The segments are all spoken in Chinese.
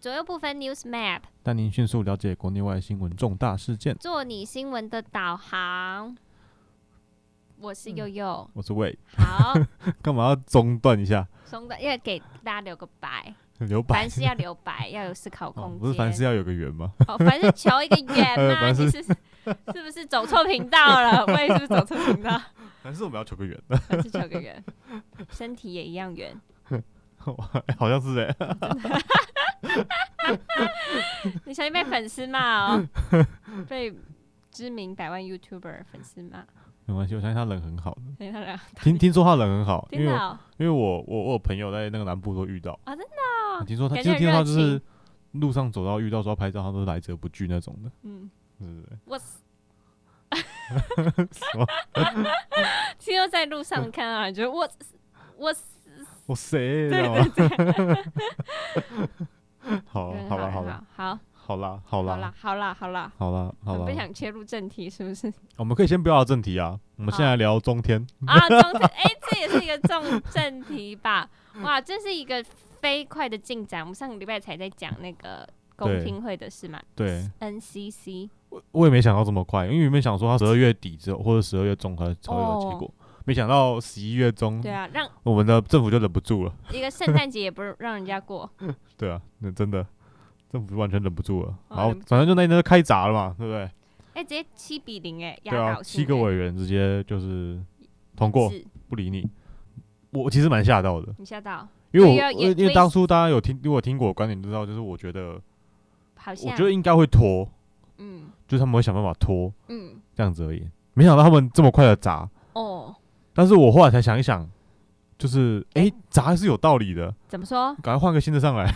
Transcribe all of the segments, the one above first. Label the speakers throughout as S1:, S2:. S1: 左右不分 News Map，
S2: 带您迅速了解国内外新闻重大事件。
S1: 做你新闻的导航。我是悠悠，
S2: 我是魏，
S1: 好，
S2: 干嘛要中断一下？
S1: 松的要给大家留个白，
S2: 留白
S1: 凡事要留白，要有思考
S2: 哦
S1: 空间。
S2: 不是凡事要有个圆吗？
S1: 哦，凡事求一个圆
S2: 呃
S1: 嘛。
S2: 凡
S1: 你是
S2: 事
S1: 是不是走错频道了？ 我也是不是走错频道？
S2: 凡事我们要求个圆，
S1: 凡事求个圆，身体也一样圆。
S2: 好像是哎、
S1: 你小心被粉丝骂 哦，被知名百万 YouTuber 粉丝骂。
S2: 没关系，我相信他人很好的。
S1: 等一下等一下
S2: 听听说他人很好，嗯因
S1: 听
S2: 为我
S1: 到
S2: 因为我我我有朋友在那个南部都遇到
S1: 啊真
S2: 的听说他
S1: 感
S2: 就
S1: 觉
S2: 是
S1: 很
S2: 听说他就
S1: 热
S2: 是路上走到遇到说要拍照，他都是来者不拒那种的，
S1: 嗯，
S2: 对不对？
S1: 我死。听说在路上看到，你觉得我我死
S2: 我谁？
S1: 对
S2: 然后
S1: 对对，
S2: 好
S1: 嗯
S2: 哦好啦好
S1: 好
S2: 啦
S1: 啦好好啦好
S2: 好啦好啦
S1: 啦好啦，
S2: 好啦好
S1: 很不
S2: 啦，
S1: 想切入正题是不 是？
S2: 我们可以先不要正题啊，我们先
S1: 好
S2: 来聊中天。
S1: 啊，中正哎，这也是一个重正题吧？哇，这是一个飞快的进展。我们上个礼拜才在讲那个公
S2: 对
S1: 听会的事嘛
S2: 对，
S1: ，NCC
S2: 我我也没想到这么快，因为原本想说他十二月底之后或者十二月中才才会有结果，没想到十一月中，
S1: 哦对啊，让
S2: 我们的政府就忍不住了。
S1: 一个圣诞节也不让人家过，
S2: 对啊，那真的政府完全忍不住了。
S1: 哦
S2: 然后
S1: 忍不
S2: 反正就那天就开闸了嘛，对不对？
S1: 哎，直接七比零哎，压
S2: 对啊
S1: 倒，性
S2: 七个
S1: 哎
S2: 委员直接就是通过，
S1: 是
S2: 不理你。我其实蛮吓到的，
S1: 你吓到，
S2: 因为
S1: 对啊
S2: 我
S1: 也
S2: 因
S1: 所
S2: 为
S1: 以
S2: 当初大家有听，如果听过我观点就知道，就是我觉得
S1: 好
S2: 我
S1: 像
S2: 觉得应该会拖，
S1: 嗯
S2: 就是他们会想办法拖
S1: 嗯
S2: 这样子而已。没想到他们这么快的砸，
S1: 哦，
S2: 但是我后来才想一想，就是诶，
S1: 嗯
S2: 砸是有道理的，
S1: 怎么说？
S2: 赶快换个新的上来。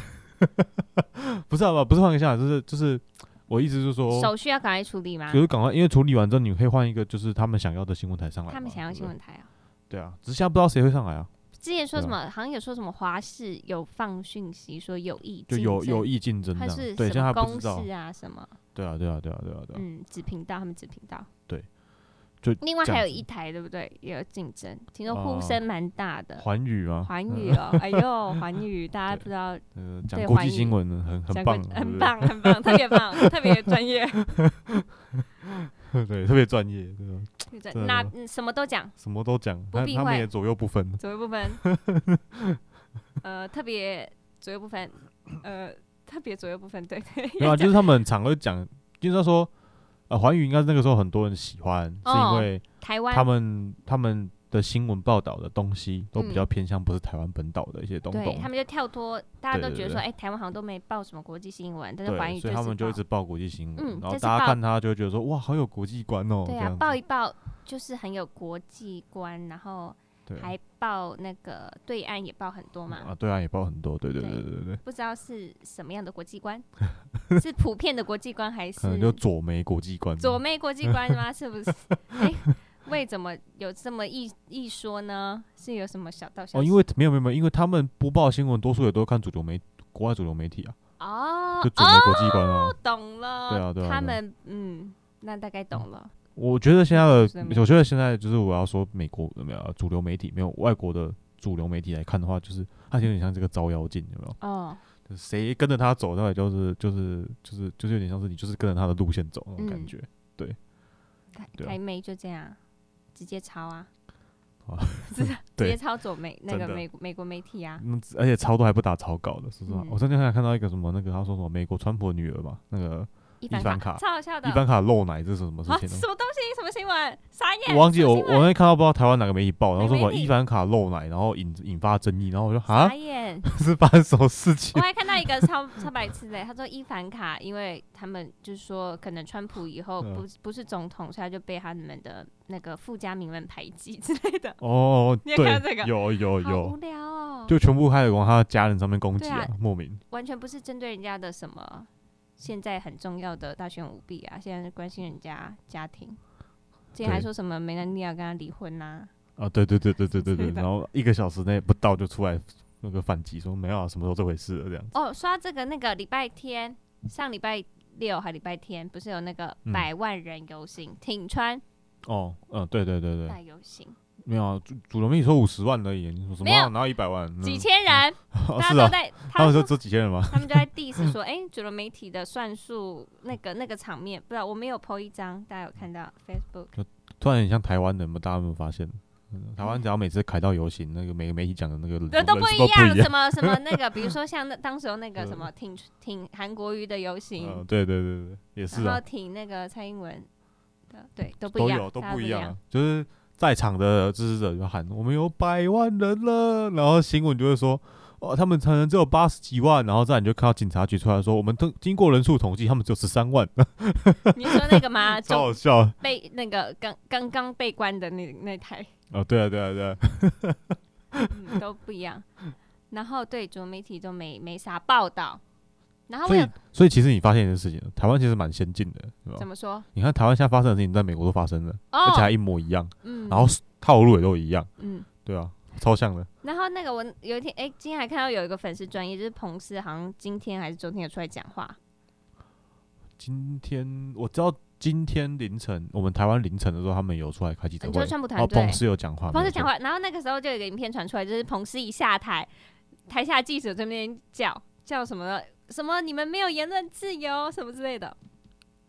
S2: 不是啊，不是换个下来，就是就是我意思就是说，
S1: 手续要赶快处理吗
S2: 就？是赶快，因为处理完之后，你可以换一个就是他们想要的新闻台上来嘛。
S1: 他们想要
S2: 对不
S1: 新
S2: 对
S1: 闻台啊。
S2: 对啊，只是现在不知道谁会上来啊，
S1: 之前说
S2: 对
S1: 什
S2: 啊
S1: 么，好像有说什么华视有放讯息说有意
S2: 就
S1: 竞
S2: 有
S1: 争
S2: 有意竞争这
S1: 还
S2: 样。
S1: 是
S2: 对，
S1: 什
S2: 现在
S1: 么
S2: 还不
S1: 公
S2: 知道。
S1: 式啊什么，
S2: 对啊，对啊，对啊，对啊，对啊。
S1: 嗯，子频道他们子频道，
S2: 对就
S1: 另外
S2: 这
S1: 还
S2: 样
S1: 有
S2: 子
S1: 一台对不对？也有竞争，听说
S2: 哦
S1: 呼声蛮大的。
S2: 环宇啊吗？
S1: 环宇哦，哎呦，环 宇，大家
S2: 对
S1: 不知道，
S2: 呃，讲
S1: 对
S2: 国
S1: 环
S2: 际
S1: 宇
S2: 新闻很很
S1: 讲
S2: 棒，啊
S1: 过
S2: 对不
S1: 很
S2: 对，
S1: 棒，很棒，特别棒，特别专业，
S2: 对，特别专业，对吧
S1: 特别专
S2: 真的
S1: 那
S2: 吗
S1: 嗯什么都讲，
S2: 什么都讲，
S1: 不
S2: 他
S1: 避
S2: 他们
S1: 讳
S2: 也左右不分。
S1: 左右不 分，呃，特别左右不分，呃，特别左右不分，对对，
S2: 对啊，就是他们常会讲，就是说，呃，环宇应该是那个时候很多人喜欢，是
S1: 哦
S2: 因为
S1: 台湾
S2: 他们他们的新闻报道的东西都比较
S1: 嗯
S2: 偏向不是台湾本岛的一些东
S1: 对
S2: 东
S1: 他，们就跳脱，大家
S2: 对
S1: 都
S2: 对
S1: 觉得说，
S2: 对
S1: 哎、台湾好像都没报什么国际新闻，但是环
S2: 对，
S1: 宇
S2: 所以他们就
S1: 就
S2: 一直报国际新闻，
S1: 嗯
S2: 然后
S1: 这是
S2: 大家
S1: 报
S2: 看他就会觉得说，哇，好有国际观哦，
S1: 对
S2: 这
S1: 啊
S2: 样，
S1: 报
S2: 子
S1: 一报就是很有国际观，然后
S2: 对
S1: 还报那个对岸也报很多嘛，
S2: 啊，对啊，也报很多，对对
S1: 对
S2: 对对对对，
S1: 不知道是什么样的国际观， 是普遍的国际观还
S2: 可
S1: 是
S2: 能就左媒国际观，
S1: 左妹国际观吗？是不是？哎、为什么有这么一一说呢？是有什么小道消
S2: 哦，
S1: 息？
S2: 因为没有没有没有，因为他们不报新闻，多数也都看主流媒国外主流媒体啊，
S1: 哦
S2: 就左媒
S1: 哦，
S2: 国际观啊。
S1: 懂了，
S2: 对啊对啊对啊
S1: 他们嗯，那大概懂了，
S2: 我觉得现在
S1: 主流媒
S2: 的，
S1: 体
S2: 我觉得现在就是我要说美国没有主流媒体，没有外国的主流媒体来看的话，就是它有点像这个照妖镜，有没有？
S1: 哦，
S2: 就是谁跟着他走，到底就是就是就是就是有点像是你就是跟着他的路线走那种感
S1: 嗯
S2: 觉。
S1: 台
S2: 对啊
S1: 台媒就这样，直接抄啊
S2: 啊，
S1: 是啊直
S2: 对
S1: 接抄走美那
S2: 真
S1: 个
S2: 的
S1: 美国美国媒体啊，
S2: 嗯，而且抄都还不打草稿的，是吧？
S1: 嗯
S2: 我昨天还看到一个什么那个他说什么美国川普的女儿嘛，那个
S1: 一
S2: 凡
S1: 凡
S2: 卡
S1: 超好笑的，
S2: 伊凡卡漏奶这是什么事
S1: 啊，
S2: 情呢？
S1: 什么东西？什么新闻？傻眼，
S2: 我忘记
S1: 什
S2: 我
S1: 么
S2: 我
S1: 新闻
S2: 那天看到不知道台湾哪个媒体报，然后说什
S1: 哪个
S2: 么
S1: 啊媒体
S2: 伊凡卡漏奶，然后引引发争议，然后我就啊
S1: 傻，眼。
S2: 是发生什么事
S1: 我
S2: 情？
S1: 还看到一个超超白痴的，他说伊凡卡，因为他们就是说，可能川普以后
S2: 嗯
S1: 不不是总统，所以他就被他们的那个富家民们排挤之类的，
S2: 哦，
S1: 你有看到
S2: 对
S1: 这个，
S2: 有有
S1: 好无
S2: 有，
S1: 聊哦，
S2: 就全部开始往他的家人上面攻击
S1: 对
S2: 啊
S1: 啊，
S2: 莫名。
S1: 完全不是针对人家的什么现在很重要的大选舞弊啊，现在是关心人家家庭。之前还
S2: 对
S1: 说什么梅兰妮要跟他离婚呐、
S2: 啊，对对对对对对对，
S1: 是的
S2: 然后一个小时内不到就出来那个反击，说没有啊，什么时候这回事了这样。
S1: 哦，说到这个，那个礼拜天，上礼拜六还礼拜天，不是有那个
S2: 嗯
S1: 百万人游行，挺川
S2: 哦，嗯，对对对对，
S1: 大游行，
S2: 没有啊，主主流媒体说五十万而已，你说什么
S1: 没有
S2: 啊哪有一百万？
S1: 几
S2: 嗯
S1: 千人，
S2: 哦
S1: 大家
S2: 是
S1: 都
S2: 啊，
S1: 在，
S2: 他
S1: 他
S2: 们
S1: 们说
S2: 说这几千人吗？
S1: 他们就在 diss 说，哎、主流媒体的算术那个那个场面，不知道我没有 PO 一张，大家有看到 Facebook
S2: 突然很像台湾人嘛，大家有没有发现？嗯台湾只要每次开到游行，那个每个媒体讲的那个人
S1: 对嗯都不
S2: 人数
S1: 一
S2: 都不
S1: 样，
S2: 一
S1: 什
S2: 样。
S1: 么什么那个，比如说像那当时有那 个
S2: 嗯
S1: 什么挺挺韩国瑜的游行，
S2: 嗯，对对对对，也是
S1: 然后
S2: 啊，
S1: 挺那个蔡英文的，对，都不
S2: 都
S1: 一样，
S2: 有都
S1: 大家
S2: 不
S1: 一
S2: 一样啊，就是在场的支持者就喊我们有百万人了，然后新闻就会说。哦，他们可能只有八十几万，然后再来你就看到警察局出来说，我们经经过人数统计，他们只有十三 万，
S1: 你说那个 吗？
S2: 超
S1: 就
S2: 好笑啊、
S1: 被那个刚刚刚被关的那那台，
S2: 哦！对啊，对啊，对啊，
S1: 嗯，都不一样。然后对主流媒体都没没啥报道。然后我
S2: 所以哦
S1: 有，
S2: 所以其实你发现一件事情，台湾其实蛮先进的，对吧
S1: 怎？么说？
S2: 你看台湾现在发生的事情，在美国都发生了，而且还
S1: 哦，
S2: 一模一样，
S1: 嗯，
S2: 然后套路也都一样，
S1: 嗯，
S2: 对啊，超像的。
S1: 然后那个我有一天，哎，今天还看到有一个粉丝专业，就是彭斯，好像今天还是昨天有出来讲话，
S2: 今天我知道，今天凌晨我们台湾凌晨的时候，他们有出来开记者
S1: 你
S2: 会
S1: 说，川普
S2: 然
S1: 团
S2: 后
S1: 队
S2: 彭，哦斯有讲话，
S1: 彭斯
S2: 没有
S1: 讲
S2: 错，
S1: 话，然后那个时候就有一个影片传出来，就是彭斯一下台，台下记者这边叫叫什么的什么你们没有言论自由什么之类的，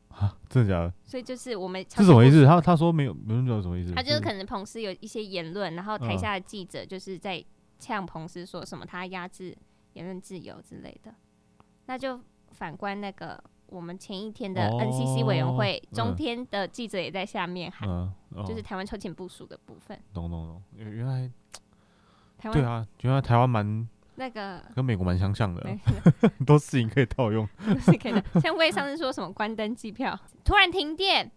S2: 啊真的假的？
S1: 所以就是我们
S2: 这什么意思？他嗯他说没有，没有人知道什么意思？
S1: 他就是可能彭斯有一些言论，然后台
S2: 嗯
S1: 下的记者就是在呛彭斯说什么他压制言论自由之类的。那就反观那个我们前一天的
S2: 哦
S1: NCC 委员会，
S2: 嗯
S1: 中天的记者也在下面喊，
S2: 嗯，哦
S1: 就是台湾秋瑾部署的部分，
S2: 懂懂懂，原原来
S1: 台
S2: 对
S1: 湾
S2: 啊，原来台湾蛮
S1: 那个。
S2: 跟美国蛮相像的啊，
S1: 没
S2: 很多事情可以套用。
S1: 是可以的，像魏上次说什么关灯计票，突然停电，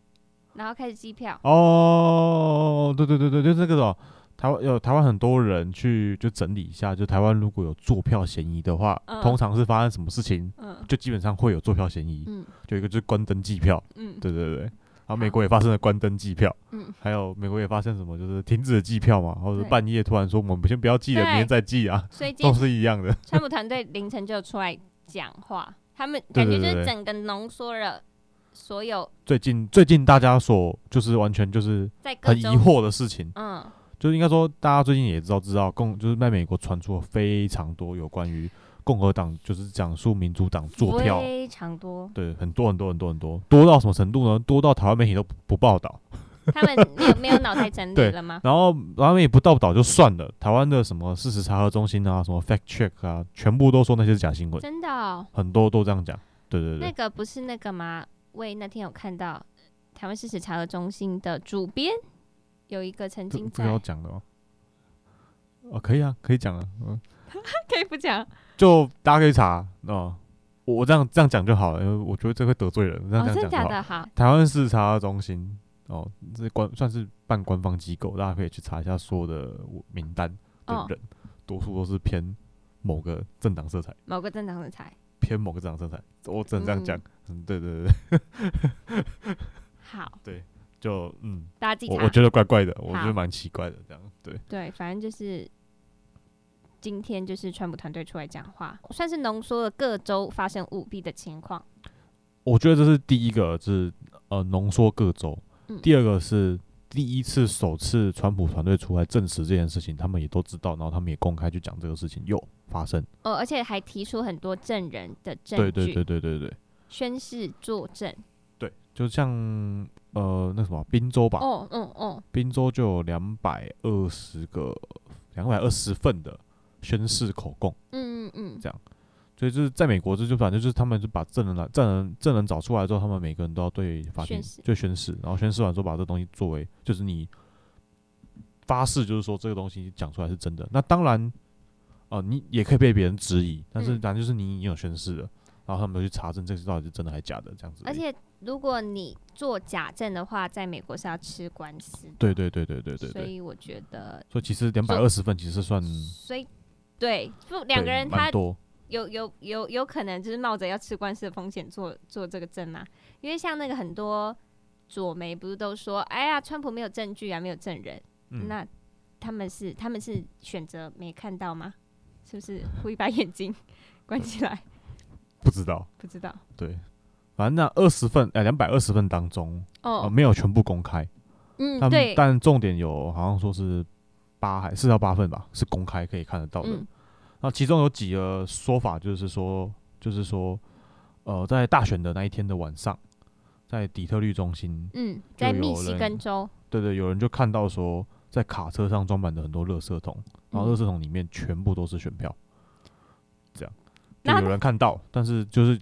S1: 然后开始计票，
S2: 哦，对对对对，就是这个的哦。台湾有台湾很多人去就整理一下，就台湾如果有坐票嫌疑的话，
S1: 嗯
S2: 通常是发生什么事情，
S1: 嗯
S2: 就基本上会有坐票嫌疑。
S1: 嗯
S2: 就有一个就是关灯计票，
S1: 嗯
S2: 对对对。
S1: 好
S2: 然后美国也发生了关灯计票，
S1: 嗯，
S2: 还有美国也发生什么就是停止了计票嘛，或者
S1: 对
S2: 半夜突然说我们先不要计了，
S1: 对
S2: 明天再计啊，
S1: 所以今
S2: 都
S1: 天
S2: 是一样的。
S1: 川普团队凌晨就出来讲话，他们
S2: 对
S1: 感觉就
S2: 对对
S1: 是
S2: 对
S1: 整个浓缩了所有
S2: 最近最近大家所就是完全就是
S1: 在各
S2: 很疑
S1: 州，
S2: 惑的事情，
S1: 嗯，
S2: 就是应该说，大家最近也知道，知道共就是在美国传出了非常多有关于共和党，就是讲述民主党做票，，
S1: 非常多
S2: 对，很多很多很多很多，多到什么程度呢？多到台湾媒体都不不报道，
S1: 他们没有没有脑袋整理
S2: 对
S1: 了吗？
S2: 然后台湾媒体不报道就算了，台湾的什么事实查核中心啊，什么 fact check 啊，全部都说那些是假新闻，
S1: 真的、哦，
S2: 很多都这样讲。对对
S1: 那
S2: 对，
S1: 个不是那个吗？喂，那天有看到台湾事实查核中心的主编有一个曾
S2: 这
S1: 经
S2: 这
S1: 在
S2: 个，要讲的吗？哦，可以啊，可以讲啊，嗯，
S1: 可以不讲，
S2: 就大家可以查哦。我我这样这样讲就好了，因为我觉得这会得罪人。这样
S1: 哦，
S2: 这
S1: 真的
S2: 样讲就
S1: 假
S2: 好。
S1: 的？好，
S2: 台湾视察中心哦，这官算是半官方机构，大家可以去查一下所有的名单的
S1: 哦
S2: 人，多数都是偏某个政党色彩，
S1: 某个政党的才
S2: 偏某个政党色彩。我只能这样讲，嗯，对对对，
S1: 好，
S2: 就嗯，
S1: 大家自己
S2: 我
S1: 查。
S2: 我觉得怪怪的，我
S1: 好
S2: 觉得蛮奇怪的，这样对，
S1: 对，反正就是今天就是川普团队出来讲话，算是浓缩了各州发生舞弊的情况。
S2: 我觉得这是第一个是呃浓缩各州，
S1: 嗯
S2: 第二个是。第一次、首次，川普团队出来证实这件事情，他们也都知道，然后他们也公开去讲这个事情有发生。
S1: 哦，而且还提出很多证人的证
S2: 对
S1: 据，
S2: 对对对对对。
S1: 宣誓作证。
S2: 对，就像呃那什么滨州吧，
S1: 哦，嗯嗯，
S2: 滨州就有两百二十个、两百二十份的宣誓口供，
S1: 嗯嗯嗯，
S2: 所以就是在美国，这就反正就是他们就把证人来证人证人找出来之后，他们每个人都要对法庭
S1: 宣誓
S2: 就宣誓，然后宣誓完之后把这东西作为就是你发誓，就是说这个东西讲出来是真的。那当然，呃，你也可以被别人质疑，但是
S1: 嗯
S2: 反正就是你已经有宣誓了。然后他们就去查证这是到底是真的还是假的，这样子而
S1: 而
S2: 已。
S1: 且如果你做假证的话，在美国是要吃官司的。
S2: 对对对对对对
S1: 所
S2: 对。
S1: 以我觉得，
S2: 所以其实两百二十分其实算
S1: 所以对，不两个
S2: 对
S1: 人
S2: 蛮
S1: 他
S2: 多，
S1: 有有有有可能就是冒着要吃官司的风险做做这个证嘛？因为像那个很多左媒不是都说，哎呀，川普没有证据啊，没有证人，
S2: 嗯，
S1: 那他们是他们是选择没看到吗？是不 是故意把眼睛 关起来？
S2: 不知道，
S1: 不知道
S2: 对，反正那二十份呃两百二十份当中，呃
S1: 哦，
S2: 没有全部公开，
S1: 嗯，
S2: 但
S1: 对，
S2: 但重点有好像说是八还四到八份吧，是公开可以看得到的。
S1: 嗯
S2: 那其中有几个说法，就是说，就是说，呃，在大选的那一天的晚上，在底特律中心，
S1: 嗯，
S2: 就
S1: 在
S2: 有
S1: 密西
S2: 人
S1: 根州，
S2: 对对，有人就看到说，在卡车上装满了很多垃圾桶，然
S1: 嗯
S2: 后垃圾桶里面全部都是选票，这样就
S1: 那
S2: 有人看到，但是就是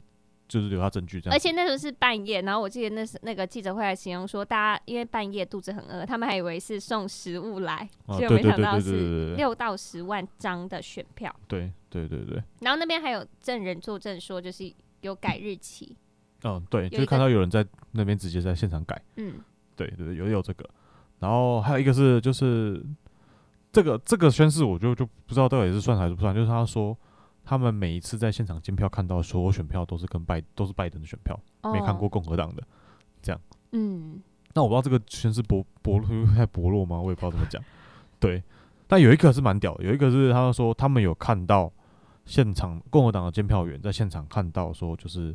S2: 就是留下证据这样子。
S1: 而且那时候是半夜，然后我记得那时那个记者会来形容说，大家因为半夜肚子很饿，他们还以为是送食物来，
S2: 啊，
S1: 结
S2: 对
S1: 果
S2: 对
S1: 没
S2: 对
S1: 想
S2: 对
S1: 到
S2: 对
S1: 是
S2: 对对
S1: 六到十万张的选票。
S2: 对对对对，
S1: 然后那边还有证人作证说，就是有改日期。
S2: 嗯，对，
S1: 一
S2: 就是看
S1: 个
S2: 到有人在那边直接在现场改。
S1: 嗯，
S2: 对对，对有有这个。然后还有一个是就是这个这个宣誓，我就就不知道到底是算还是不算。就是他说他们每一次在现场监票看到所有选票都是跟拜都是拜登的选票，没看过
S1: 哦。
S2: 共和党的。
S1: 嗯，
S2: 那我不知道这个宣誓薄薄弱太薄弱吗？我也不知道怎么讲。对，但有一个是蛮屌的，有一个是他说他们有看到现场共和党的监票员在现场看到说就是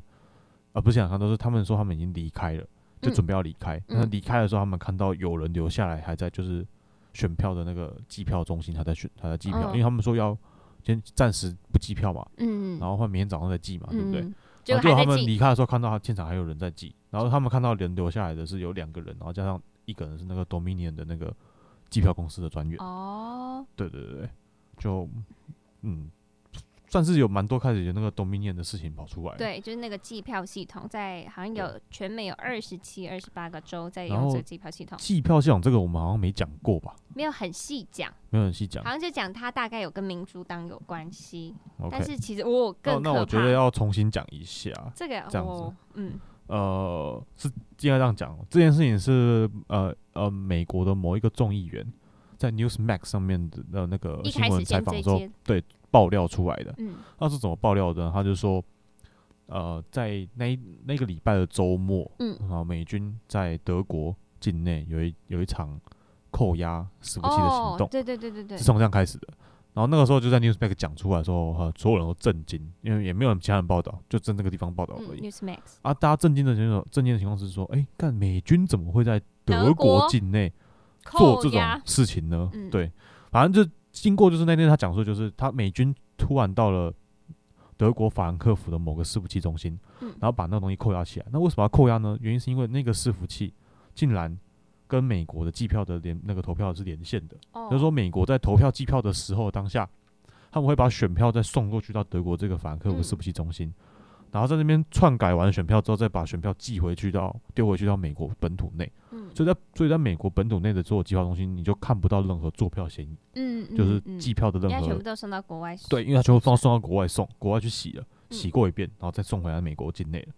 S2: 啊、不是现场看到，是他们说他们已经离开了，就
S1: 嗯
S2: 准备要离开。
S1: 嗯
S2: 那离开的时候，他们看到有人留下来，还在就是选票的那个计票中心还在选还在计票，
S1: 嗯
S2: 因为他们说要先暂时不计票嘛，
S1: 嗯，
S2: 然后换明天早上再计嘛，对不对？
S1: 嗯？
S2: 然
S1: 就
S2: 啊后结
S1: 还
S2: 果他
S1: 在
S2: 们
S1: 记。
S2: 离开的时候，看到他现场还有人在记，然后他们看到人留下来的是有两个人，然后加上一个人是那个 Dominion 的那个机票公司的专员。
S1: 哦，
S2: 对对对对，就嗯，算是有蛮多开始有那个 Dominion 的事情跑出来。。
S1: 对，就是那个计票系统，在好像有全美有二十七、二十八个州在
S2: 然
S1: 用
S2: 后
S1: 这个计票系统，
S2: 计票系统这个我们好像没讲过吧？
S1: 没有很细讲，
S2: 没有人细讲
S1: 好。像就讲它大概有跟民主党有关系，但
S2: OK，
S1: 是其实我
S2: 那
S1: 更
S2: 那
S1: 可
S2: 我觉得
S1: 怕
S2: 要重新讲一下。
S1: 这个
S2: 这样
S1: 我嗯
S2: 呃，是应该这样讲，这件事情是呃呃，美国的某一个众议员在 Newsmax 上面的的那个
S1: 一
S2: 呃新
S1: 开始
S2: 闻采
S1: 先
S2: 访
S1: 这
S2: 的时候
S1: 些
S2: 爆料出来的。
S1: 嗯
S2: 他是怎么爆料的呢？他就说，呃，在那一那个礼拜的周末，
S1: 嗯
S2: 然后美军在德国境内有一有一场扣押服务器的行动，
S1: 对对对哦对对
S2: 是，从这样开始的。然后那个时候就在 Newsmax 讲出来说，呃，所有人都震惊，因为也没有其他人报道，就在那个地方报道
S1: 嗯
S2: 而已。
S1: ，Newsmax
S2: 啊，大家震惊的情况，震惊的情况是说，哎、看美军怎么会在德
S1: 德国
S2: 国境内做
S1: 扣
S2: 这种
S1: 押，
S2: 事情呢？
S1: 嗯
S2: 对，反正就经过就是那天他讲说，就是他美军突然到了德国法兰克福的某个伺服器中心，
S1: 嗯
S2: 然后把那个东西扣押起来。那为什么要扣押呢？原因是因为那个伺服器竟然跟美国的计票的连那个投票是连线的，
S1: 哦
S2: 就是说美国在投票计票的时候当下，他们会把选票再送过去到德国这个法兰克福
S1: 嗯
S2: 伺服器中心。然后在那边篡改完选票之后，再把选票寄回去到丢回去到美国本土内，
S1: 嗯
S2: 所以在所以在美国本土内的所有计票中心，你就看不到任何坐票嫌疑，
S1: 嗯
S2: 就是
S1: 嗯嗯
S2: 计票的
S1: 人
S2: 任
S1: 家全部
S2: 何
S1: 都送到国外去，
S2: 对，因为它全部放送到国外送，国外去洗了，
S1: 嗯
S2: 洗过一遍，然后再送回来美国境内了，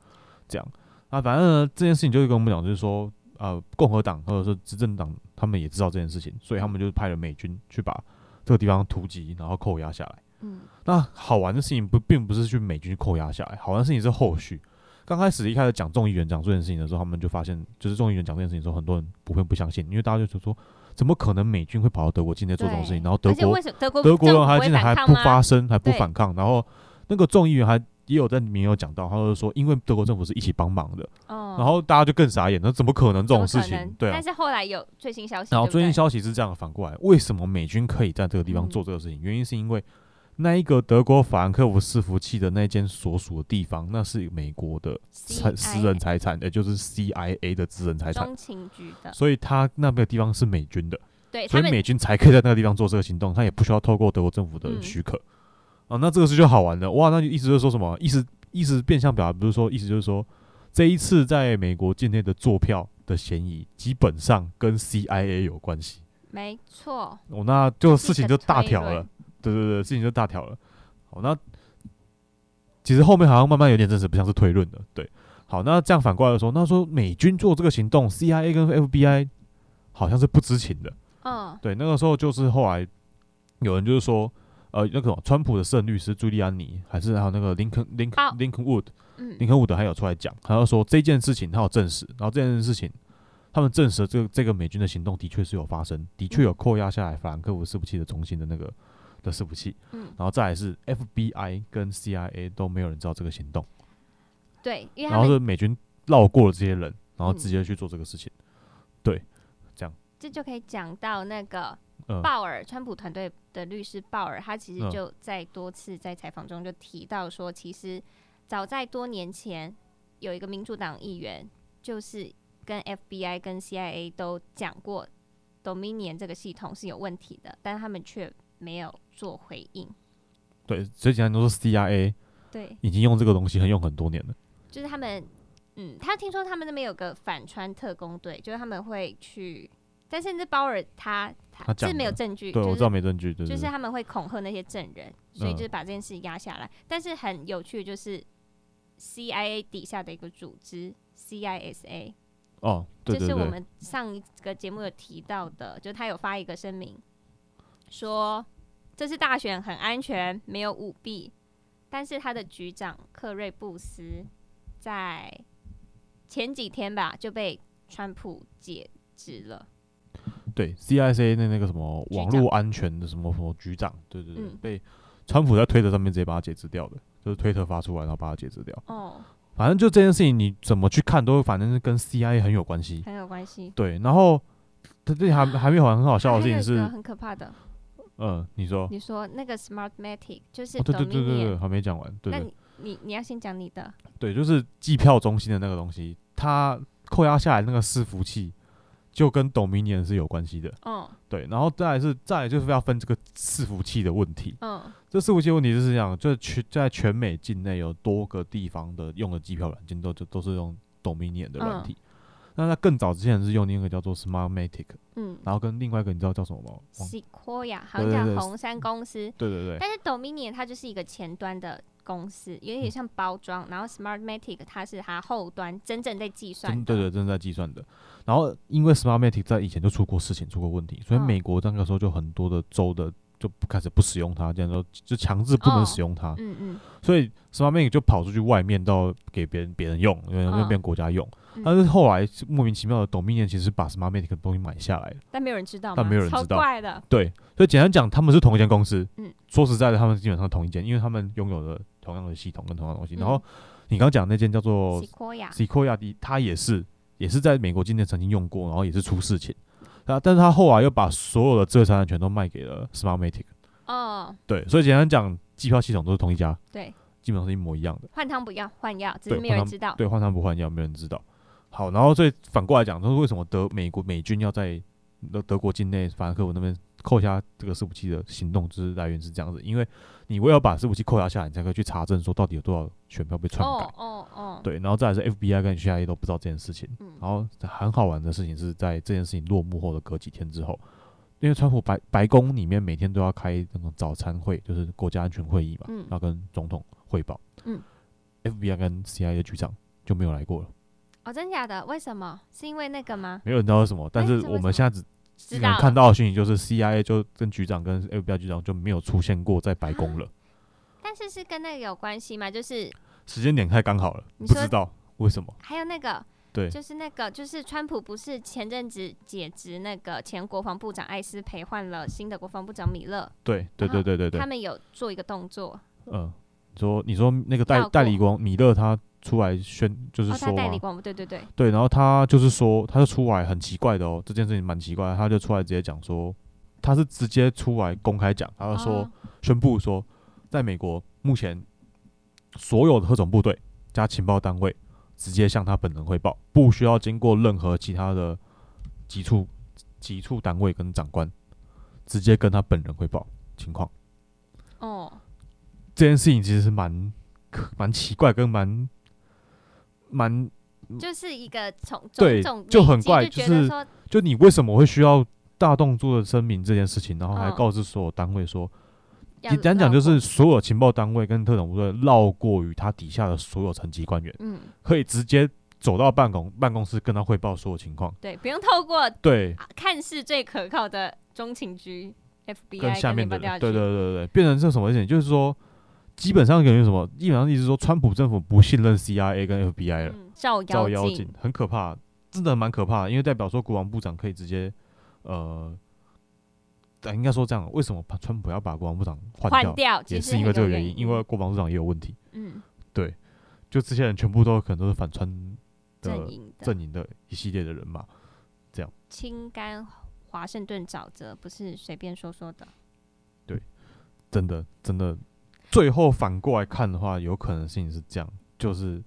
S2: 这样。那反正呢，这件事情就是跟我们讲，就是说，呃，共和党或者是执政党，他们也知道这件事情，所以他们就派了美军去把这个地方突击，然后扣押下来。
S1: 嗯
S2: 那好玩的事情不并不是去美军去扣押下来，好玩的事情是后续。刚开始一开始讲众议员讲这件事情的时候，他们就发现，就是众议员讲这件事情的时候，很多人不会不相信，因为大家就觉得说，怎么可能美军会跑到德国境内做这种事情？
S1: 对
S2: 然后德
S1: 而且
S2: 国
S1: 为什么德国
S2: 德国
S1: 政
S2: 人
S1: 府
S2: 还
S1: 不会
S2: 竟然还
S1: 反抗
S2: 不
S1: 吗
S2: 发声，还不
S1: 对
S2: 反抗，然后那个众议员还也有在里面有讲到，他就说，因为德国政府是一起帮忙的，
S1: 哦，
S2: 然后大家就更傻眼，那怎么可能这
S1: 怎么
S2: 种事
S1: 可能
S2: 情？对啊
S1: 但，是后来有最新消息，
S2: 然后
S1: 对不
S2: 最近
S1: 对
S2: 消息是这样的，反过来，为什么美军可以在这个地方
S1: 嗯
S2: 做这个事情？原因是因为那一个德国法兰克福伺服器的那间所属的地方，那是美国的财
S1: CIA
S2: 私人财产，也就是 CIA 的私人财产，
S1: 中情局的，
S2: 所以他那个地方是美军的，
S1: 对
S2: 所
S1: 他
S2: 以
S1: 们
S2: 美军才可以在那个地方做这个行动，他也不需要透过德国政府的
S1: 嗯
S2: 许可。啊，那这个事就好玩了，哇，那就意思就是说什么？意思意思变相表达，不是说意思就是说，这一次在美国境内的坐票的嫌疑，基本上跟 CIA 有关系。
S1: 没错，
S2: 哦，那就
S1: 自己
S2: 事情
S1: 的
S2: 就大
S1: 推
S2: 条
S1: 论
S2: 了。对对对，事情就大条了。好，那其实后面好像慢慢有点真实，不像是推论的。对，好，那这样反过来说，那说美军做这个行动，CIA 跟 FBI 好像是不知情的。
S1: 嗯
S2: 对，那个时候就是后来有人就是说，呃，那个什么川普的圣律师朱利安尼，还是还有那个林肯林肯
S1: 哦
S2: 林肯 Wood
S1: 嗯
S2: 林肯伍德还有出来讲，他就说这件事情他有证实，然后这件事情他们证实了这个这个美军的行动的确是有发生，的
S1: 嗯
S2: 确有扣押下来法兰克福伺服器的中心的那个的伺服器，
S1: 嗯，
S2: 然后再来是 FBI 跟 CIA 都没有人知道这个行动，
S1: 对，啊嗯因为他
S2: 然后
S1: 们
S2: 是美军绕过了这些人，然后直接去做这个事情，对，这样
S1: 这就可以讲到那个
S2: 嗯
S1: 鲍尔，川普团队的律师鲍尔，他其实
S2: 嗯
S1: 就在多次在采访中就提到说，其实早在多年前，有一个民主党议员就是跟 FBI 跟 CIA 都讲过 Dominion 这个系统是有问题的，但他们却没有做回应。
S2: 对，最简单都是 CIA
S1: 对，
S2: 已经用这个东西很用很多年了。
S1: 就是他们，嗯，他听说他们那边有个反川特工队，就是他们会去，但是那鲍尔他
S2: 他
S1: 他
S2: 讲
S1: 是没有
S2: 的
S1: 证据，
S2: 对，
S1: 就
S2: 我
S1: 是
S2: 知道没证据，对
S1: 就
S2: 对嗯
S1: 是
S2: 对，
S1: 他们会恐吓那些证人，所以就是把这件事压下来。但是很有趣的就是 CIA 底下的一个组织 CISA，
S2: 哦，对
S1: 这
S2: 对
S1: 是我
S2: 对，
S1: 们上一个节目有提到的，就他有发一个声明说这次大选很安全，没有舞弊，但是他的局长克瑞布斯在前几天吧就被川普解职了。
S2: 对 CIA 的那个什么
S1: 局
S2: 网
S1: 长
S2: 络安全的什么什么局长，对对对，
S1: 嗯
S2: 被川普在推特上面直接把他解职掉的，就是推特发出来然后把他解职掉。
S1: 哦，
S2: 反正就这件事情，你怎么去看都反正是跟 CIA 很有关系。
S1: 很有关系。
S2: 对，然后他这还还没有很好笑的事
S1: 还有
S2: 情
S1: 一个
S2: 是，
S1: 很可怕的，
S2: 嗯，你说，
S1: 你说那个 Smartmatic 就是
S2: 哦，对对对对
S1: Dominion，、
S2: 对，还没讲完，对
S1: 那
S2: 对
S1: 你你你要先讲你的，
S2: 对，就是计票中心的那个东西，它扣押下来那个伺服器就跟 Dominion 是有关系的。
S1: 嗯
S2: 对，然后再来是再来就是要分这个伺服器的问题。
S1: 嗯
S2: 这伺服器的问题就是这样，就是全在全美境内有多个地方的用的机票软件都就都是用 Dominion 的软
S1: 嗯
S2: 体。那它更早之前是用另一个叫做 Smartmatic，
S1: 嗯
S2: 然后跟另外一个你知道叫什么吗？忘
S1: Sequoia 好
S2: 对
S1: 像
S2: 对
S1: 叫
S2: 对
S1: 红杉公司，
S2: 对对对，
S1: 但是 Dominion 它就是一个前端的公司，有
S2: 嗯
S1: 点像包装，然后 Smartmatic 它是它后端真正在计算
S2: 真
S1: 的，
S2: 对对正在计算的。然后因为 Smartmatic 在以前就出过事情，出过问题，所以
S1: 嗯
S2: 美国那个时候就很多的州的就不开始不使用它，这样说就强制不
S1: 哦
S2: 能使用它。
S1: 嗯嗯
S2: 所以 Smartmatic 就跑出去外面到给别人别人用，因为
S1: 嗯
S2: 那边国家用。
S1: 嗯
S2: 但是后来是莫名其妙的，Dominion 其实把 Smartmatic 的东西买下来了。
S1: 但没有人知道吗，
S2: 但没有人知道
S1: 超怪的，
S2: 对，所以简单讲，他们是同一间公司。
S1: 嗯
S2: 说实在的，他们基本上同一间，因为他们拥有的同样的系统跟同样的东西。然后你刚刚讲那间叫做
S1: 嗯 Sequoia，
S2: Sequoia 的，它也是也是在美国境内曾经用过，然后也是出事情。啊，但是他后来又把所有的知识财产权都卖给了 Smartmatic。
S1: 哦
S2: 对，所以简单讲，机票系统都是同一家，
S1: 对，
S2: 基本上是一模一样的。
S1: 换汤不要换药，只是
S2: 对
S1: 没有人
S2: 换汤
S1: 知道，
S2: 对，换汤不换药，没有人知道。好，然后所以反过来讲，就是为什么德美国美军要在德德国境内法兰克福那边扣下这个伺服器的行动，就是来源是这样子，因为你为了把伺服器扣押下来，你才可以去查证说到底有多少选票被篡改。
S1: 哦哦哦，，
S2: 对，然后再来是 FBI 跟 CIA 都不知道这件事情。
S1: 嗯
S2: 然后很好玩的事情是在这件事情落幕后的隔几天之后，因为川普白白宫里面每天都要开那种早餐会，就是国家安全会议嘛，
S1: 嗯
S2: 要跟总统汇报。
S1: 嗯
S2: ，FBI 跟 CIA 的局长就没有来过了，
S1: 哦真假的，为什么？是因为那个吗？
S2: 没有人知道是什么。但是
S1: 这为
S2: 我
S1: 哎什么
S2: 们现在只
S1: 知
S2: 能
S1: 道
S2: 看
S1: 了
S2: 到的讯息就是 CIA 就跟局长跟 FBI 局长就没有出现过在白宫了，
S1: 啊但是是跟那个有关系吗？就是
S2: 时间点太刚好了，
S1: 你
S2: 不
S1: 说
S2: 知道为什么。
S1: 还有那个，
S2: 对
S1: 就是那个，就是川普不是前阵子解职那个前国防部长艾斯培换了新的国防部长米勒，
S2: 对对
S1: 然后
S2: 对对对对
S1: 他，们有做一个动作，
S2: 嗯，你说你说那个代
S1: 跳过
S2: 代理光米勒他出来宣就是
S1: 哦，他
S2: 说
S1: 代
S2: 嘛
S1: 理，广播，对对对，
S2: 对，然后他就是说他就出来很奇怪的哦，这件事情蛮奇怪的，他就出来直接讲说，他是直接出来公开讲，他就啊说、
S1: 哦
S2: 宣布说，在美国目前所有的特种部队加情报单位直接向他本人汇报，不需要经过任何其他的急处急处单位跟长官，直接跟他本人汇报情况。
S1: 哦，
S2: 这件事情其实是蛮可蛮奇怪，跟蛮蛮
S1: 就是一个从
S2: 嗯对
S1: 种种
S2: 就
S1: 累
S2: 很
S1: 积
S2: 怪
S1: 就觉
S2: 就
S1: 得
S2: 是
S1: 说
S2: 就你为什么会需要大动作的声明这件事情，然后还
S1: 嗯
S2: 告知所有单位说，
S1: 要
S2: 简单讲
S1: 绕
S2: 就
S1: 过
S2: 是所有情报单位跟特种部队绕过于他底下的所有层级官员，
S1: 嗯，
S2: 可以直接走到办公办公室跟他汇报所有情况，
S1: 对，不用透过
S2: 对，
S1: 啊看似最可靠的中情局 FBI
S2: 跟下面
S1: 联邦
S2: 的
S1: 调查
S2: 人，对对
S1: 局
S2: 对对，变成这什么事情，就是说。基本上等于什么？基本上意思是说，川普政府不信任 CIA 跟 FBI 了，
S1: 嗯，照
S2: 照
S1: 妖
S2: 妖镜，很可怕，真的蛮可怕的，因为代表说国防部长可以直接，呃，啊但应该说这样，为什么把川普要把国防部长换掉？
S1: 换掉，
S2: 也
S1: 其实
S2: 是因为
S1: 很
S2: 这个
S1: 有
S2: 原因，因为国防部长也有问题，
S1: 嗯，
S2: 就这些人全部都可能都是反川的
S1: 阵营的
S2: 阵营的一系列的人嘛，
S1: 清干华盛顿沼泽，不是随便说说的。
S2: 真的真的，最后反过来看的话，有可能性是这样，就是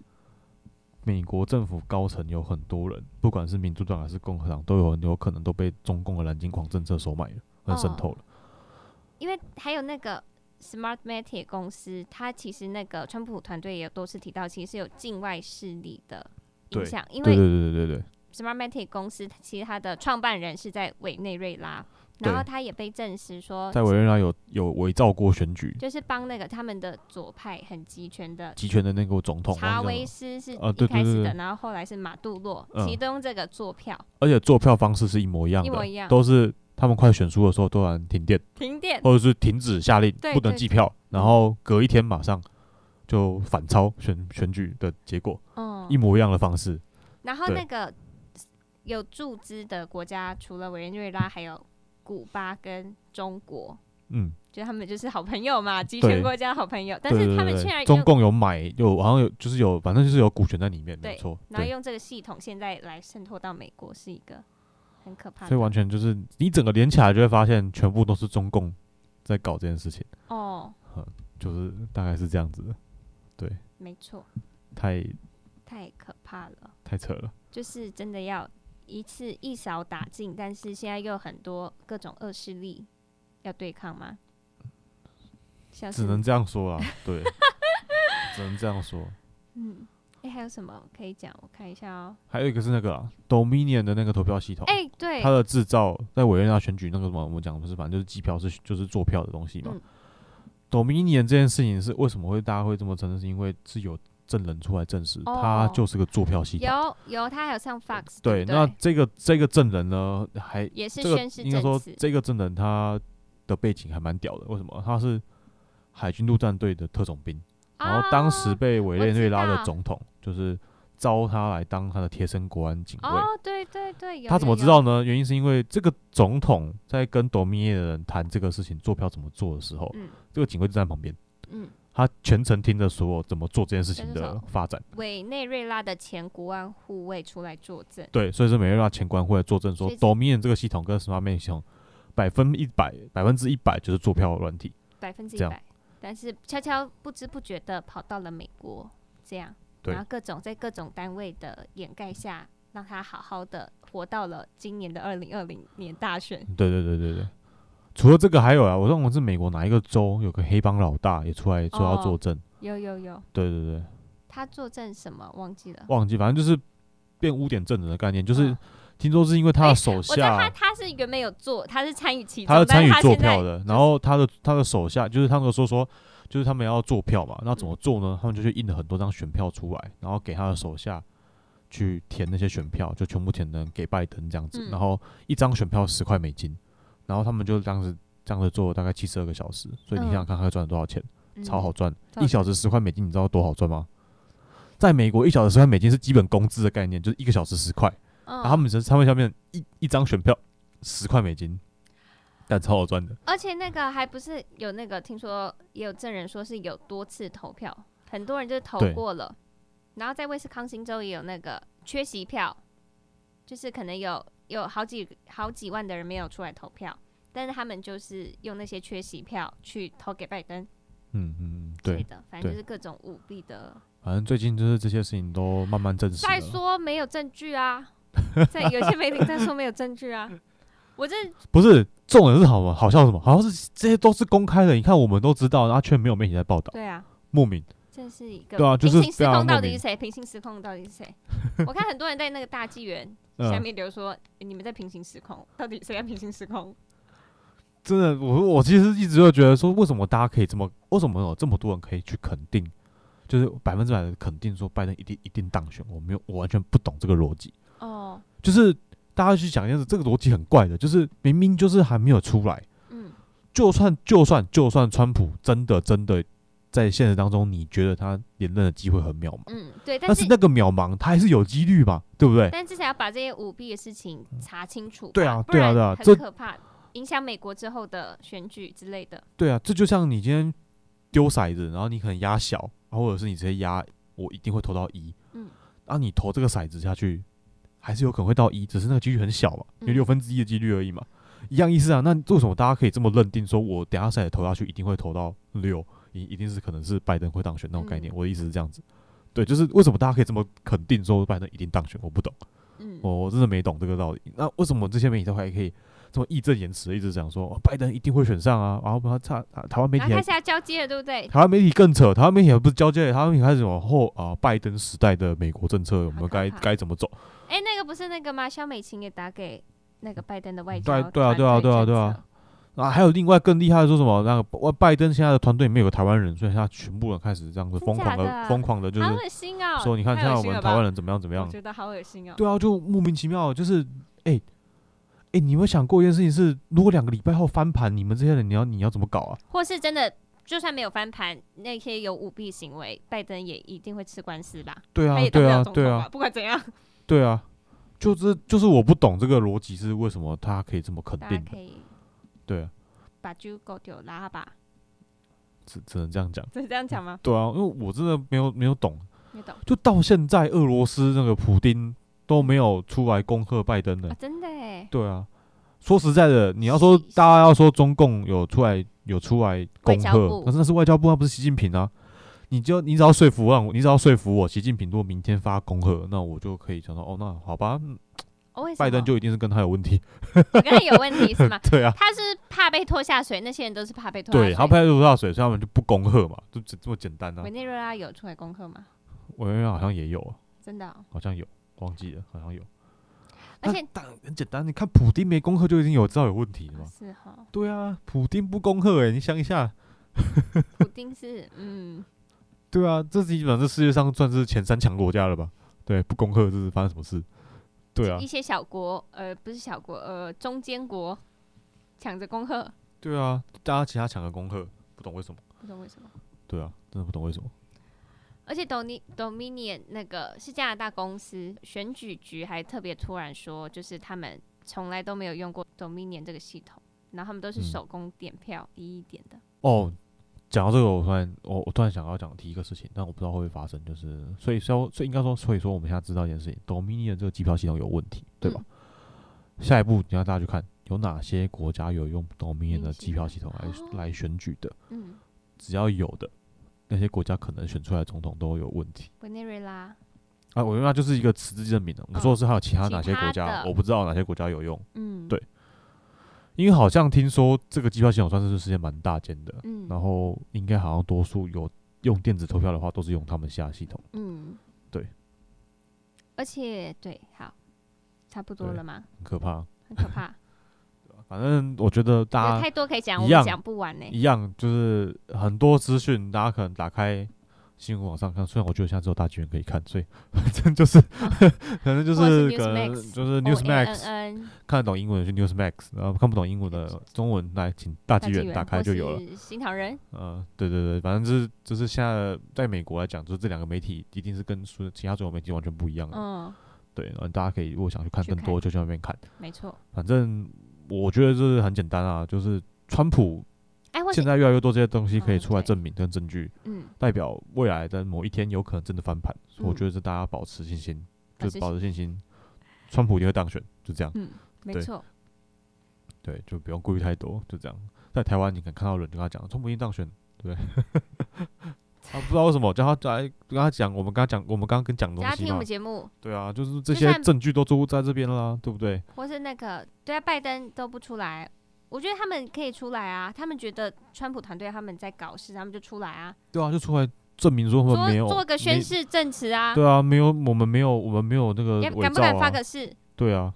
S2: 美国政府高层有很多人，不管是民主党还是共和党，都有很有可能都被中共的蓝金狂政策收买了，很渗
S1: 哦
S2: 透了。
S1: 因为还有那个 Smartmatic 公司，它其实那个川普团队也有多次提到，其实是有境外势力的影响，因
S2: 对
S1: 为
S2: 对对对对对，
S1: Smartmatic 公司它其实它的创办人是在委内瑞拉，
S2: 对
S1: 然后他也被证呃实说，
S2: 在委内瑞拉有有伪造过选举，
S1: 就是帮那个他们的左派很集权的
S2: 集权的那个总统，啊
S1: 查
S2: 忘记叫什
S1: 韦
S2: 么
S1: 斯是一
S2: 啊对对
S1: 开始
S2: 对
S1: 的，
S2: 对
S1: 然后后来是马杜洛，
S2: 嗯
S1: 其实都用这个做票
S2: 而且做票方式是一模一样的，
S1: 一模一样
S2: 都是他们快选输的时候突然停电，
S1: 停电。
S2: 或者是停止下令
S1: 对
S2: 不能
S1: 对
S2: 计票，然后隔一天马上就反超选选举的结果，
S1: 嗯
S2: 一，模一样的方式。
S1: 然后
S2: 对
S1: 那个有注资的国家，除了委内瑞拉，还有古巴跟中国，
S2: 嗯，
S1: 就他们就是好朋友嘛，集权国家好朋友。但
S2: 对
S1: 是
S2: 对
S1: 他们
S2: 对
S1: 竟然
S2: 中
S1: 用，
S2: 共有买有好像有就是有反正就是有股权在里面，没有
S1: 对
S2: 错，
S1: 然后
S2: 对，
S1: 用这个系统现在来渗透到美国，是一个很可怕的。
S2: 所以完全就是你整个连起来就会发现全部都是中共在搞这件事情，
S1: 哦，
S2: 就是大概是这样子的，
S1: 没错，
S2: 太
S1: 太可怕了。
S2: 太扯了。
S1: 就是真的要一次一扫打尽，但是现在又有很多各种恶势力要对抗吗？像是
S2: 只能这样 说啦，对，只能这样说。
S1: 嗯，哎、还有什么可以讲？我看一下哦、
S2: 还有一个是那个啦 Dominion 的那个投票系统，
S1: 哎、对
S2: 它，的制造在委内瑞拉选举那个什么，我们讲的不是，反正就是机票是就是做票的东西嘛。
S1: 嗯
S2: Dominion 这件事情是为什么会大家会这么承认，是因为是有证人出来证实，
S1: 哦
S2: 它就是个做票系统。
S1: 有有，他还有上 Fox，
S2: 对，
S1: 不
S2: 那这个这个证人呢，还
S1: 也是
S2: 这个
S1: 宣誓
S2: 应
S1: 证
S2: 该说
S1: 词，
S2: 这个证人他的背景还蛮屌的，为什么？他是海军陆战队的特种兵。然后当时
S1: 哦
S2: 被委
S1: 我
S2: 内瑞
S1: 知
S2: 拉的
S1: 道
S2: 总统就是招他来当他的贴身国安警卫。
S1: 哦，对对对，有
S2: 他怎么
S1: 有
S2: 知道呢？原因是因为这个总统在跟多米耶的人谈这个事情做票怎么做的时候，
S1: 有嗯
S2: 这个警卫就在旁边，
S1: 嗯，
S2: 他全程听着所有怎么做这件事情
S1: 跟着
S2: 的
S1: 走
S2: 发展。
S1: 委内瑞拉的前国安护卫出来作证，
S2: 对，所以说委内瑞拉前官会作证说
S1: 所以是
S2: 多米耶这个系统跟什么面系统百分一百百分之一百就是做票软体。
S1: 百分之一
S2: 这样
S1: 百，但是悄悄不知不觉的跑到了美国，这样，
S2: 对
S1: 然后各种在各种单位的掩盖下，让他好好的活到了今年的二零二零年大选。
S2: 对对对对对。除了这个还有啊，我忘了是美国哪一个州有个黑帮老大也出来说要
S1: 哦
S2: 作证。
S1: 有有有，
S2: 对对对。
S1: 他作证什么忘记了？
S2: 忘记，反正就是变污点证人的概念，就是、
S1: 嗯
S2: 听说是因为他
S1: 哎
S2: 的手
S1: 我知道他
S2: 下，
S1: 他是原本有做，他是参与其中，
S2: 他是参与
S1: 但是
S2: 做
S1: 现在
S2: 票的，然后他的他的手下就是他们说说，就是他们要做票嘛，那怎么做
S1: 嗯
S2: 呢？他们就去印了很多张选票出来，然后给他的手下去填那些选票，就全部填成给拜登这样子，
S1: 嗯
S2: 然后一张选票十块美金，然后他们就这样子这样子做了大概七十二个小时，所以你
S1: 嗯
S2: 想想看他赚了多少钱，
S1: 嗯
S2: 超好赚，
S1: 超
S2: 一小时十块美金，你知道多好赚吗？在美国，一小时十块美金是基本工资的概念，就是一个小时十块。
S1: 嗯
S2: 然后他们只是他们下面一一张选票十块美金，但超好赚的。
S1: 而且那个还不是有那个，听说也有证人说是有多次投票，很多人就是投
S2: 对
S1: 过了。然后在威斯康星州也有那个缺席票，就是可能有有好几好几万的人没有出来投票，但是他们就是用那些缺席票去投给拜登
S2: 嗯嗯，嗯，
S1: 之类
S2: 对，
S1: 的，反正
S2: 对
S1: 就是各种舞弊的。
S2: 反正最近就是这些事情都慢慢证实
S1: 再
S2: 了。
S1: 说没有证据 啊，在有些媒体在说没有证据啊，我 这
S2: 不是，这种人是好吗？好笑什么？好像是这些都是公开的，你看我们都知道，然后却没有媒体在报道，
S1: 对啊，
S2: 莫名。
S1: 这是一个
S2: 对啊
S1: 平
S2: 就是
S1: 行时
S2: 非常
S1: 空到
S2: 莫
S1: 底是
S2: 名
S1: 谁？平行时空到底是谁？ 我看很多人在那个大纪元
S2: 嗯、
S1: 下面留说、诶你们在平行时空，到底谁在平行时空？
S2: 真的，我我其实一直就觉得说，为什么大家可以这么，为什么有这么多人可以去肯定，就是百分之百的肯定说拜登一定一定当选？我没有，我完全不懂这个逻辑。
S1: 哦，
S2: 就是大家去想一下，这个逻辑很怪的，就是明明就是还没有出来，
S1: 嗯，
S2: 就算就算就算川普真的真的在现实当中，你觉得他连任的机会很渺茫，
S1: 嗯，对，但
S2: 但
S1: 是
S2: 是那个渺茫他还是有几率嘛，对不对？
S1: 但至少要把这些舞弊的事情查清楚吧，
S2: 对啊
S1: 不
S2: 对啊
S1: 然
S2: 对啊这
S1: 很可怕，影响美国之后的选举之类的。
S2: 对啊，这就像你今天丢骰子，然后你可能压小，啊或者是你直接压，我一定会投到一。
S1: 嗯
S2: 嗯，啊，你投这个骰子下去，还是有可能会到一，只是那个几率很小嘛，有
S1: 嗯
S2: 六分之一的几率而已嘛。一样意思啊。那为什么大家可以这么认定说，我等下赛投下去一定会投到六，一一定是可能是拜登会当选那种概念？
S1: 嗯
S2: 我的意思是这样子，对，就是为什么大家可以这么肯定说拜登一定当选？我不懂，
S1: 嗯，
S2: 哦我我真的没懂这个道理。那为什么这些媒体都还可以这么义正言辞的一直讲说、哦拜登一定会选上啊？然后把他差台湾媒体
S1: 然后开
S2: 还
S1: 始要交接了，对不对？
S2: 台湾媒体更扯，台湾媒体还不是交接，台湾媒体开始往后啊、拜登时代的美国政策，我们
S1: 好可
S2: 该
S1: 怕
S2: 该怎么走？
S1: 哎，那个不是那个吗？肖美琴也打给那个拜登的外
S2: 嗯
S1: 交
S2: 对
S1: 团
S2: 对啊对啊
S1: 队
S2: 对啊
S1: 政
S2: 对啊
S1: 策，
S2: 啊，还有另外更厉害的说什么？那个拜登现在的团队里面有个台湾人，所以他全部人开始这样子
S1: 真
S2: 疯狂
S1: 假的啊
S2: 的疯狂的，就是
S1: 好恶心哦！
S2: 说你看
S1: 太
S2: 现
S1: 恶
S2: 在我
S1: 心
S2: 们
S1: 了
S2: 台
S1: 吧
S2: 湾人怎么样怎么样
S1: 我？觉得好恶心哦。
S2: 对啊，就莫名其妙，就是哎哎、你有没有想过一件事情是，如果两个礼拜后翻盘，你们这些人你要你要怎么搞啊？
S1: 或是真的就算没有翻盘，那些有舞弊行为，拜登也一定会吃官司吧？
S2: 对啊
S1: 他也，当不
S2: 对
S1: 了
S2: 啊，
S1: 总统
S2: 对啊
S1: 吧？，不管怎样，
S2: 对啊，就是就是我不懂这个逻辑是为什么他可以这么肯
S1: 大家
S2: 定的
S1: 可，以
S2: 对啊，
S1: 把猪狗丢拉吧，
S2: 只只能这样讲。
S1: 是这样讲吗？
S2: 对啊，因为我真的没有没有懂，
S1: 你懂啊
S2: 就到现在俄罗斯那个普丁都没有出来恭贺拜登的
S1: 啊？。真的哎，
S2: 对啊，说实在的，你要说
S1: 是
S2: 大家要说中共有出来有出来恭
S1: 外交
S2: 贺
S1: 部，
S2: 可是那是外交部，那不是习近平啊。你就你只要说服让我，你只要说服我，习近平如果明天发恭贺，那我就可以想说，哦，那好吧，嗯
S1: 哦为什么
S2: 拜登就一定是跟他有问题。？
S1: 我跟他有问题是吗
S2: 对啊，
S1: 他是怕被拖下水，那些人都是怕被拖下水。
S2: 对，他派入大水，所以他们就不恭贺嘛，就这这么简单啊
S1: 委。内瑞拉有出来功课吗？
S2: 我认为好像也有啊，
S1: 真的哦、
S2: 好像有，忘记了，好像有。啊
S1: 而且
S2: 当然很简单，你看普丁没功课就已经有知道有问题 了嘛。
S1: 是哈，
S2: 对啊，普丁不功课哎、你想一下，
S1: 普丁是嗯，
S2: 对啊，这基本上是世界上算是前三强国家了吧？对，不功课这是发生什么事？对啊
S1: 一，些小国呃不是小国呃中间国抢着功课，
S2: 对啊，大家其他抢了功课，不懂为什么？
S1: 不懂为什么。
S2: 对啊，真的不懂为什么。
S1: 而且 Doni- Dominion 那个是加拿大公司选举局还特别突然说，就是他们从来都没有用过 Dominion 这个系统，然后他们都是
S2: 嗯
S1: 手工点票一一点的。
S2: 哦，讲到这个，我突然我我突然想要讲提一个事情，但我不知道会不会发生，就是所以说，所以应该说，所以说我们现在知道一件事情，Dominion 这个机票系统有问题，对吧？下一步你要大家去看有哪些国家有用 Dominion 的机票系统来、
S1: 哦
S2: 来选举的，
S1: 嗯，
S2: 只要有的那些国家可能选出来的总统都有问题。
S1: 委内瑞拉，
S2: 啊，我用它就是一个实质证明的。我说的是还有其他
S1: 嗯其
S2: 哪些国
S1: 他
S2: 家，
S1: 的
S2: 我不知道哪些国家有用，
S1: 嗯，
S2: 对因为好像听说这个机票系统算是世界蛮大件的，
S1: 嗯，
S2: 然后应该好像多数有用电子投票的话，都是用他们下的系统。
S1: 嗯，
S2: 对，
S1: 而且对，好，差不多
S2: 对
S1: 了吗？
S2: 很可怕。
S1: 很可怕，
S2: 反正我觉得
S1: 有
S2: 大家
S1: 太多可以讲，
S2: 一
S1: 我
S2: 样
S1: 们讲不完呢。
S2: 一样，就是很多资讯，大家可能打开新闻网上看。虽然我觉得现在只有大剧院可以看，所以 反正就是，反正就
S1: 或者
S2: 是
S1: 是
S2: 可能
S1: Newsmax 哦
S2: 就是 Newsmax 看得懂英文的去 Newsmax，然后看不懂英文的中文来请大剧院打开就有了。。
S1: 新唐人，
S2: 呃，对对对，反正就是就是现在在美国来讲，就是这两个媒体一定是跟所有其他主流媒体完全不一样的。
S1: 嗯，
S2: 对，然后大家可以如果想去看
S1: 去
S2: 更多，就去那边看。
S1: 没错。
S2: 反正我觉得这是很简单啊，就是川普
S1: 哎，或
S2: 现
S1: 者
S2: 在越来越多这些东西可以
S1: 嗯
S2: 出来
S1: 对
S2: 证明跟证据，
S1: 嗯，
S2: 代表未来的某一天有可能真的翻盘。所以我
S1: 嗯
S2: 觉得是大家保持信心，
S1: 保
S2: 就
S1: 持
S2: 保持信心，川普一定会当选，就这样。
S1: 嗯，没
S2: 对
S1: 错，
S2: 对，就不用顾虑太多，就这样。在台湾，你可能看到人就跟他讲，川普一定当选，对不对？ 他不知道为什么叫他来跟他讲，我们跟他讲，我们刚刚跟讲的
S1: 大家
S2: 东西
S1: 听我
S2: 嘛
S1: 们，节目，
S2: 对啊，就是这
S1: 就
S2: 些
S1: 算
S2: 证据都都在这边啦，对不对？
S1: 或是那个对啊，拜登都不出来，我觉得他们可以出来啊。他们觉得川普团队他们在搞事，他们就出来啊，
S2: 对啊，就出来证明说我们没有
S1: 做做个宣
S2: 没
S1: 誓证词啊，
S2: 对啊，没有，我们没有，我们没有那个
S1: 敢
S2: 伪
S1: 敢不
S2: 造
S1: 敢发
S2: 啊，
S1: 个誓？
S2: 对啊，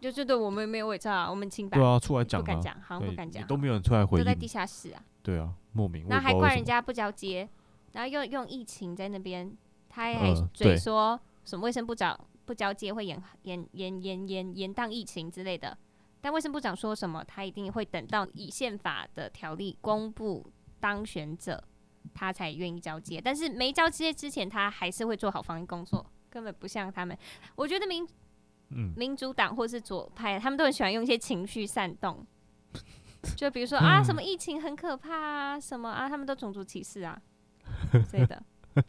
S1: 就是对我们没有伪造，啊，我们清白
S2: 对，啊，出来讲
S1: 不敢
S2: 啊，
S1: 讲，好像不
S2: 对，
S1: 敢
S2: 也
S1: 讲，
S2: 都没有人出来回
S1: 都在地
S2: 应，
S1: 下室啊，
S2: 对啊，莫名，我
S1: 然
S2: 也
S1: 后还
S2: 不知道
S1: 怪
S2: 为
S1: 人
S2: 什么，
S1: 家不交接，然后用用疫情在那边，他还
S2: 嗯
S1: 嘴
S2: 对
S1: 说什么卫生部长不交接会延延延延延延宕疫情之类的，但卫生部长说什么，他一定会等到以宪法的条例公布当选者，他才愿意交接。但是没交接之前，他还是会做好防疫工作，根本不像他们。我觉得民
S2: 嗯，
S1: 民主党或是左派，他们都很喜欢用一些情绪煽 动，就比如说
S2: 嗯
S1: 啊，什么疫情很可怕啊，什么啊，他们都种族歧视啊之类的。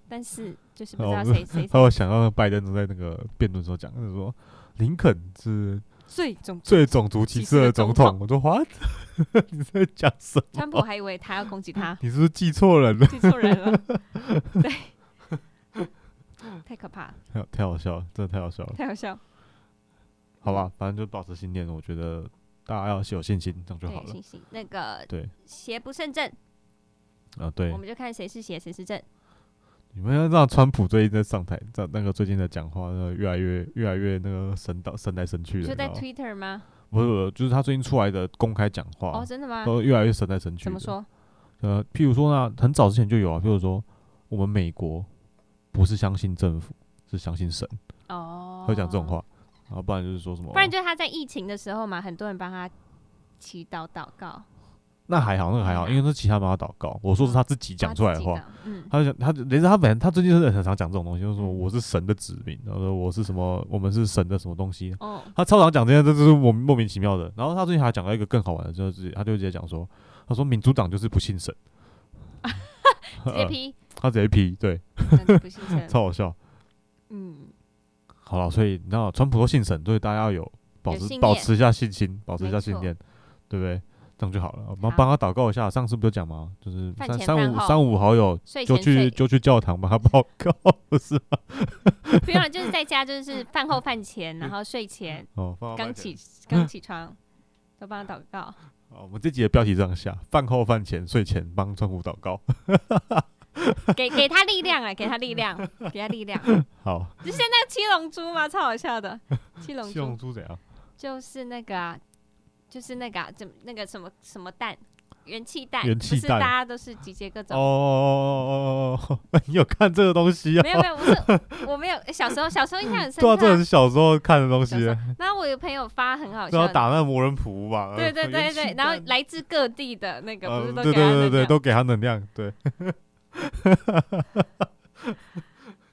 S1: 但是就是不知道谁谁
S2: 让我想到拜登正在那个辩论时候讲，就是说林肯是
S1: 最种族
S2: 最种族歧视的总统。我说 what？你 在讲什么？，
S1: 川普还以为他要攻击他
S2: 你是不是记错人了？
S1: 记错人了，对，太可怕了，
S2: 太太好笑了，真的太好笑了。
S1: 太好笑，
S2: 好吧，反正就保持信念，我觉得大家要是有信心，这样就好
S1: 对，
S2: 了。
S1: 信息那个
S2: 对，
S1: 邪不胜正，
S2: 啊，对
S1: 我，们就看谁是邪，谁是正。
S2: 你们要让川普最近在上台，在那个最近的讲话，那个越来越越来越那个神到神来神去
S1: 你
S2: 的。
S1: 说
S2: 哦
S1: 在
S2: 你知道吗
S1: Twitter 吗？
S2: 不是不是，就是他最近出来的公开讲话
S1: 哦，，真的吗？
S2: 都越来越神来神去。
S1: 怎么？说？
S2: 呃，譬如说呢，很早之前就有啊，譬如说我们美国不是相信政府，是相信神，
S1: 哦，
S2: 会讲这种。话。然后不然就是说什么，
S1: 不然就是他在疫情的时候嘛，很多人帮他祈祷祷告，
S2: 那还好，那个还好，因为是其他帮他祷告。我说是他自己讲出来的
S1: 嗯他
S2: 话，
S1: 自己的。嗯，
S2: 他就讲他就连着他本人，他最近是很常讲这种东西，就是说
S1: 嗯
S2: 我是神的子民，然后说我是什么，我们是神的什么东西。
S1: 哦，
S2: 他超常讲这些，这就是我莫名其妙的。然后他最近还讲到一个更好玩的，就是他就直接讲说，他说民主党就是不信神，
S1: 直接批，
S2: 他直接批，对，
S1: 真的不信神。
S2: 超好笑。
S1: 嗯，
S2: 好了，所以你知道川普都信神，所以大家要有保
S1: 有
S2: 持
S1: 信
S2: 保
S1: 念
S2: 持一下信心，保持一下信
S1: 没错
S2: 念，对不对？这样就好了。我们
S1: 好
S2: 帮他祷告一下，上次不就讲吗？就是
S1: 饭
S2: 三
S1: 前
S2: 三
S1: 饭
S2: 五
S1: 后
S2: 三五好友
S1: 睡
S2: 就
S1: 前
S2: 去
S1: 睡，
S2: 就去教堂帮他报告， 不是吗？
S1: 不用了，就是在家，就是饭后饭 前，然后睡前，
S2: 哦，放到
S1: 刚
S2: 饭前
S1: 起刚起床，都帮他祷告。
S2: 哦好，我们这集的标题这样下：饭后、饭前、睡前帮川普祷告。
S1: 给给他力量啊，给他力 量，给他力量。
S2: 好，
S1: 就现在七龙珠嘛，超好笑的。七龙
S2: 七龙
S1: 珠
S2: 珠怎样？
S1: 就是那个啊，就是那个啊，怎么那个什么什么蛋，元气蛋，
S2: 元气
S1: 不是
S2: 蛋
S1: 大家都是集结各
S2: 哦
S1: 种。
S2: 哦哦哦哦哦，你有看这个东西啊
S1: 没？有没有，不是我没有小时候小时候印象很深
S2: 对啊，这
S1: 刻
S2: 个
S1: 啊。
S2: 是小时候看的东西
S1: 小，时候然后我有朋友发很好
S2: 就要
S1: 笑的，
S2: 打那个魔人普吧？
S1: 对对对
S2: 元气
S1: 对，然后
S2: 弹
S1: 来自各地的那个不
S2: 呃
S1: 是都
S2: 对
S1: 给他
S2: 对对
S1: 们
S2: 对，
S1: 讲，
S2: 都给他能量，对，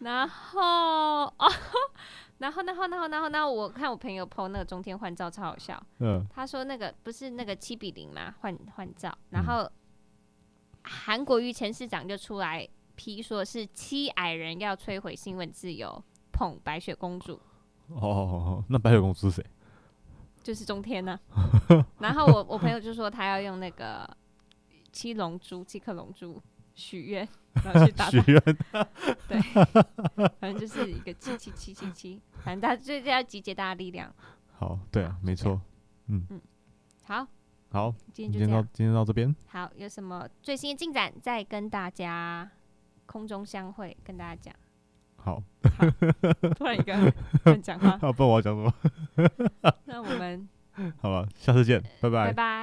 S1: 然后哦， 然后然后然后然后然后我看我朋友 PO 那个中天换照超好笑，
S2: 嗯，
S1: 他说那个不是那个七比零嘛，换换照，
S2: 嗯
S1: 然后韩国瑜前市长就出来批说是七矮人要摧毁新闻自由，捧白雪公主
S2: 哦哦哦哦，那白雪公主是谁？
S1: 就是中天 呢、然后我我朋友就说他要用那个七龙珠、七颗龙珠许愿，然后去打
S2: 许
S1: 打，
S2: 愿
S1: 反正就是一个七七七七七，反正大家就是要集结大家力量。
S2: 好，对啊，没错。
S1: 好，
S2: 好，
S1: 今
S2: 今
S1: 天就
S2: 天
S1: 这
S2: 到
S1: 样。
S2: 今天到这边，
S1: 好，有什么最新的进展再跟大家空中相会，跟大家讲。
S2: 好，
S1: 突然一个乱讲话。
S2: 啊，不然我要讲什么？
S1: 那我们
S2: 好了，下次见，拜
S1: 拜
S2: 拜。
S1: 拜。